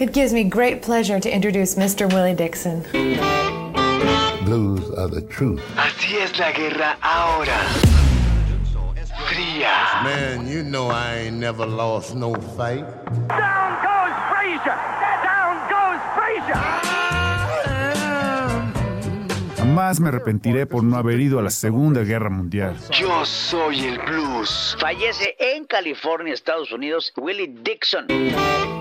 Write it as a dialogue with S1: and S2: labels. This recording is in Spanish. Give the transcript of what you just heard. S1: It gives me great pleasure to introduce Mr. Willie Dixon.
S2: Blues are the truth.
S3: Así es la guerra ahora. Fría,
S2: Man, you know I ain't never lost no fight.
S4: Down goes Frazier! Down goes Frazier!
S5: Jamás me arrepentiré por no haber ido a la Segunda Guerra Mundial.
S3: yo soy el blues.
S6: Fallece en California, Estados Unidos, Willie Dixon.